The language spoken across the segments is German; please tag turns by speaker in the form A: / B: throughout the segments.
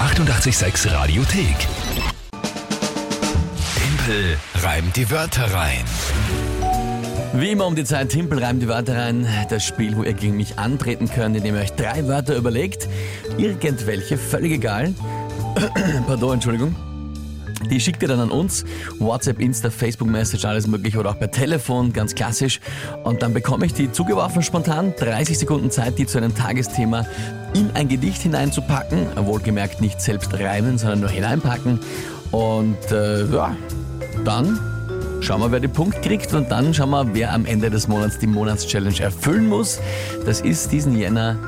A: 886 Radiothek. Tempel reimt die Wörter rein.
B: Wie immer um die Zeit, Timpel reimt die Wörter rein. Das Spiel, wo ihr gegen mich antreten könnt, indem ihr euch drei Wörter überlegt. Irgendwelche, völlig egal. Pardon, Entschuldigung. Die schickt ihr dann an uns. WhatsApp, Insta, Facebook-Message, alles mögliche oder auch per Telefon, ganz klassisch. Und dann bekomme ich die zugeworfen spontan. 30 Sekunden Zeit, die zu einem Tagesthema in ein Gedicht hineinzupacken. Wohlgemerkt nicht selbst reimen, sondern nur hineinpacken. Und äh, ja, dann schauen wir, wer den Punkt kriegt. Und dann schauen wir, wer am Ende des Monats die Monatschallenge erfüllen muss. Das ist diesen Jänner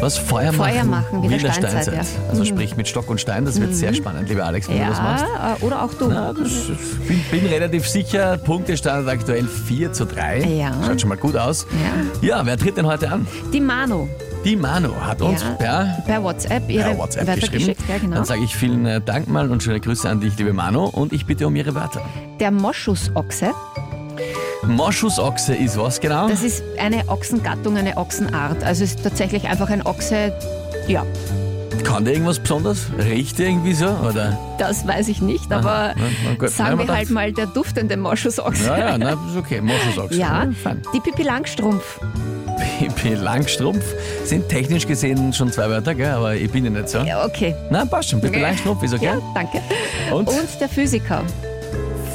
B: was? Feuer machen?
C: Feuer machen, wie der Steinzeit, ja.
B: Also
C: Mhm.
B: sprich mit Stock und Stein, das wird sehr spannend, lieber Alex, wenn du das machst.
C: Ja, äh, oder auch du.
B: Na, das ich bin, bin relativ sicher, Punktestand aktuell 4 zu 3.
C: Ja.
B: Schaut schon mal gut aus. Ja. wer tritt denn heute an?
C: Die Manu
B: Die Manu hat uns
C: Ja.
B: per,
C: per WhatsApp ihre
B: per WhatsApp
C: Wörter
B: geschrieben.
C: geschickt. Ja, genau.
B: Dann sage ich vielen äh, Dank mal und schöne Grüße an dich, liebe Manu. Und ich bitte um ihre Wörter.
C: Der Moschusochse,
B: Moschusochse ist was genau?
C: das ist eine Ochsengattung, eine Ochsenart. Also es ist tatsächlich einfach ein Ochse, ja,
B: Kann der irgendwas Besonderes? Riecht der irgendwie so? Oder?
C: das weiß ich nicht,
B: na,
C: aber
B: na gut.
C: sagen
B: Nein,
C: wir
B: man
C: halt
B: darf-
C: mal der duftende Moschusochse.
B: Ja, ja, na, ist okay. Moschusochse.
C: Ja,
B: fein.
C: die Pippi Langstrumpf.
B: Pippi Langstrumpf sind technisch gesehen schon zwei Wörter, gell? aber ich bin ja nicht so.
C: Ja, okay.
B: Na, passt schon. Pippi Langstrumpf ist okay.
C: Ja, danke.
B: Und,
C: Und der Physiker.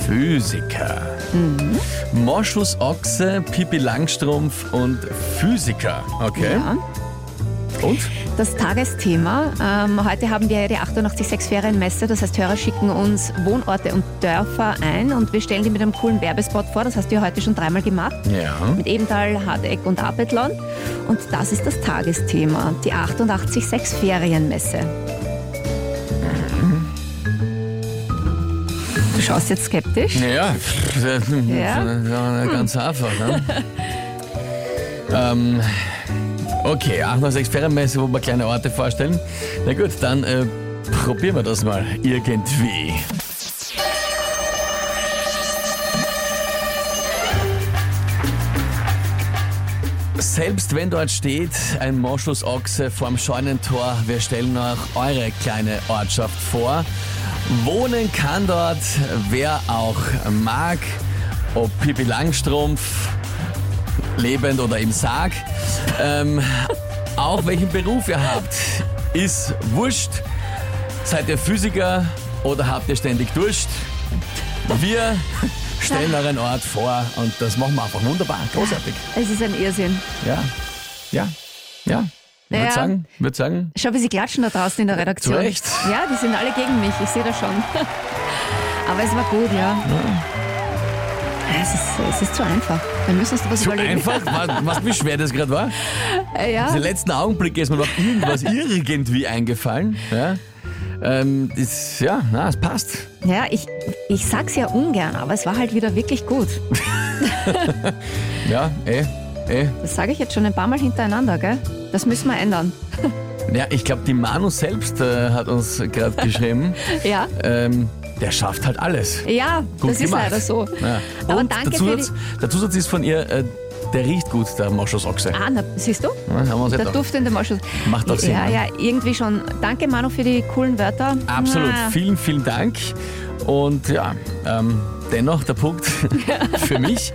B: Physiker.
C: Mhm.
B: Moschus Ochse, Pippi Langstrumpf und Physiker. Okay.
C: Ja.
B: Und?
C: Das Tagesthema. Ähm, heute haben wir die 886 Ferienmesse. Das heißt, Hörer schicken uns Wohnorte und Dörfer ein und wir stellen die mit einem coolen Werbespot vor. Das hast du ja heute schon dreimal gemacht.
B: Ja.
C: Mit Ebenthal, Hardeck und Apetlon. Und das ist das Tagesthema. Die 886 Ferienmesse. Du schaust jetzt skeptisch.
B: Ja,
C: Ja.
B: ja. ganz einfach. Ne? ähm, okay, 806 Ferienmesse, wo wir kleine Orte vorstellen. Na gut, dann äh, probieren wir das mal irgendwie. Selbst wenn dort steht, ein Moschusochse vorm Scheunentor, wir stellen auch eure kleine Ortschaft vor. Wohnen kann dort, wer auch mag, ob Pippi Langstrumpf, lebend oder im Sarg. Ähm, auch welchen Beruf ihr habt, ist wurscht. Seid ihr Physiker oder habt ihr ständig Durst? Wir stellen euren Ort vor und das machen wir einfach wunderbar, großartig.
C: Es ist ein Irrsinn.
B: Ja, ja, ja. Ich
C: Ja.
B: würde sagen, würd sagen,
C: Schau, wie sie klatschen da draußen in der Redaktion.
B: Zu Recht.
C: Ja, die sind alle gegen mich, ich sehe das schon. Aber es war gut, ja. Es, ist, es ist zu einfach. Wir müssen uns da was
B: zu
C: überlegen.
B: einfach, was, was wie schwer das gerade war.
C: Äh, Ja,
B: Diese letzten Augenblicke ist mir noch irgendwas irgendwie eingefallen. Ja, ähm, ist, ja na, es passt.
C: ja ich, ich sag's ja ungern, aber es war halt wieder wirklich gut.
B: Ja, eh, eh.
C: Das sage ich jetzt schon ein paar Mal hintereinander, gell? Das müssen wir ändern.
B: Ja, ich glaube, die Manu selbst äh, hat uns gerade geschrieben,
C: Ja,
B: ähm, der schafft halt alles.
C: ja,
B: Gut
C: das ist
B: gemacht.
C: leider so.
B: Ja.
C: Aber
B: Und
C: danke
B: der,
C: für
B: Zusatz, der Zusatz ist von ihr, äh, der riecht gut, der Moschusochse.
C: Ah, na, siehst du?
B: Ja, haben wir uns
C: Der
B: gedacht.
C: duftende Moschus.
B: Macht doch Sinn,
C: Ja,
B: ne?
C: ja, irgendwie schon. Danke, Manu, für die coolen Wörter.
B: Absolut.
C: Ah.
B: Vielen, vielen Dank. Und ja, ähm, dennoch der Punkt für mich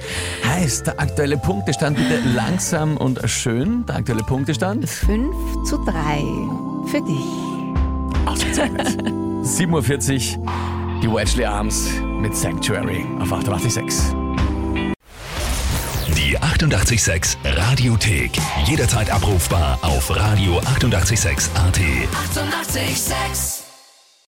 B: heißt, der aktuelle Punktestand bitte langsam und schön. Der aktuelle Punktestand.
C: 5 zu 3 für dich.
B: Ausgezeichnet. 7.40 Uhr, die Wedgley Arms mit Sanctuary auf 886.
A: Die 886 Radiothek. Jederzeit abrufbar auf radio886.at. 886! 886.
D: 886